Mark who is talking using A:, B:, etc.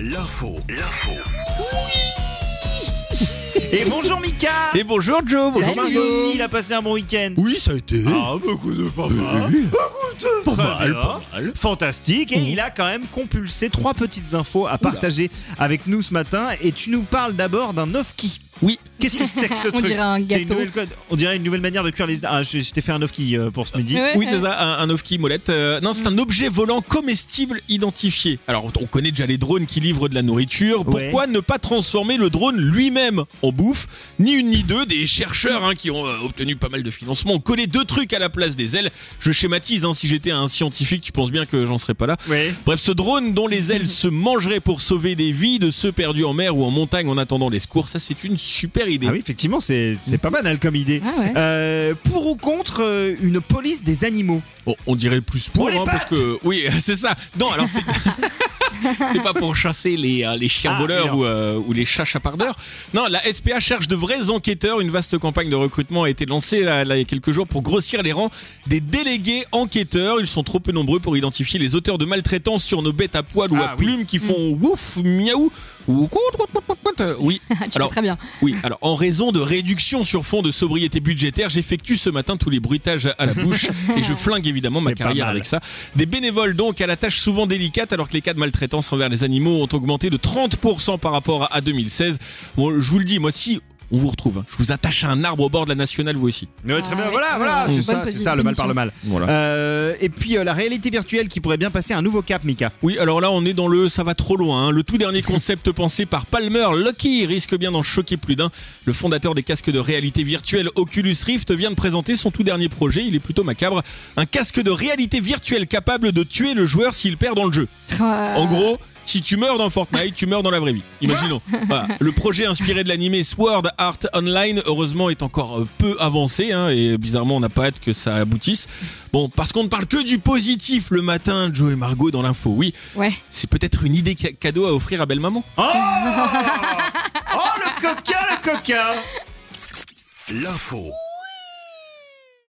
A: L'info, l'info.
B: Et bonjour Mika
C: Et bonjour Joe, bonjour
B: Salut
C: Margot.
B: aussi, il a passé un bon week-end
C: Oui, ça a été.
B: Ah, beaucoup de pas mal.
C: Oui, pas
B: Très
C: mal,
B: bien.
C: pas mal.
B: Fantastique, et il a quand même compulsé trois petites infos à partager avec nous ce matin. Et tu nous parles d'abord d'un gnocchi.
C: Oui.
B: Qu'est-ce que c'est que ce
D: On
B: truc
D: dirait un
B: C'est une
D: gâteau.
B: nouvelle co- on dirait une nouvelle manière de cuire les. Ah, je, je t'ai fait un gnocchi euh, pour ce midi.
D: Ouais,
C: Oui,
D: ouais.
C: c'est ça, un, un off-key molette. Euh, non, c'est un objet volant comestible identifié. Alors, on connaît déjà les drones qui livrent de la nourriture. Pourquoi ne pas transformer le drone lui-même en bouffe Ni une ni deux, des chercheurs hein, qui ont euh, obtenu pas mal de financement ont collé deux trucs à la place des ailes. Je schématise, hein, si j'étais un scientifique, tu penses bien que j'en serais pas là.
B: Oui.
C: Bref, ce drone dont les ailes se mangeraient pour sauver des vies de ceux perdus en mer ou en montagne en attendant les secours, ça c'est une super idée.
B: Ah oui, effectivement, c'est c'est pas banal comme idée.
D: Ah ouais.
B: Euh, pour ou contre euh, une police des animaux
C: Bon, on dirait plus
B: Pour
C: pour,
B: les
C: hein, parce
B: pattes
C: que oui, c'est ça. Non, alors c'est. C'est pas pour chasser les, euh, les chiens
B: Ah,
C: voleurs
B: merde.
C: ou, euh, ou les chats chapardeurs. Non, la SPA cherche de vrais enquêteurs. Une vaste campagne de recrutement a été lancée là, là, il y a quelques jours pour grossir les rangs des délégués enquêteurs. Ils sont trop peu nombreux pour identifier les auteurs de maltraitance sur nos bêtes à poil ou
B: Ah,
C: à
B: oui.
C: plumes qui font ouf, miaou ou cout, cout, cout, cout, cout. Oui,
D: Ah, tu
C: alors
D: fais très bien.
C: oui, alors en raison de réduction sur fond de sobriété budgétaire, j'effectue ce matin tous les bruitages à la bouche et je flingue évidemment ma
B: C'est pas
C: carrière
B: mal.
C: avec ça. Des bénévoles donc à la tâche souvent délicate alors que les cas de maltraitance envers les animaux ont augmenté de 30% par rapport à- à 2016. Bon, je vous le dis, moi si on vous retrouve, hein, je vous attache à un arbre au bord de la nationale vous aussi.
B: Ouais, Très
D: Ah
B: bien,
D: ouais,
B: voilà,
D: ouais,
B: voilà,
D: ouais.
B: c'est
D: Bonne
B: ça, c'est
D: position.
B: ça, le mal par le mal.
C: Voilà.
B: Euh, et puis euh, la réalité virtuelle qui pourrait bien passer un nouveau cap, Mika.
C: Oui, alors là, on est dans le ça va trop loin. hein. Le tout dernier concept pensé par Palmer Lucky risque bien d'en choquer plus d'un. Le fondateur des casques de réalité virtuelle Oculus Rift vient de présenter son tout dernier projet. Il est plutôt macabre. Un casque de réalité virtuelle capable de tuer le joueur s'il perd dans le jeu. En gros, si tu meurs dans Fortnite, tu meurs dans la vraie vie. Imaginons. Voilà. Le projet inspiré de l'animé Sword Art Online, heureusement, est encore euh, peu avancé. hein, et bizarrement, on n'a pas hâte que ça aboutisse. Bon, parce qu'on ne parle que du positif le matin, Joe et Margot dans l'info. Oui,
D: Ouais.
C: c'est peut-être une idée ca- cadeau à offrir à belle maman.
B: Oh, oh le coquin, le coquin
A: L'info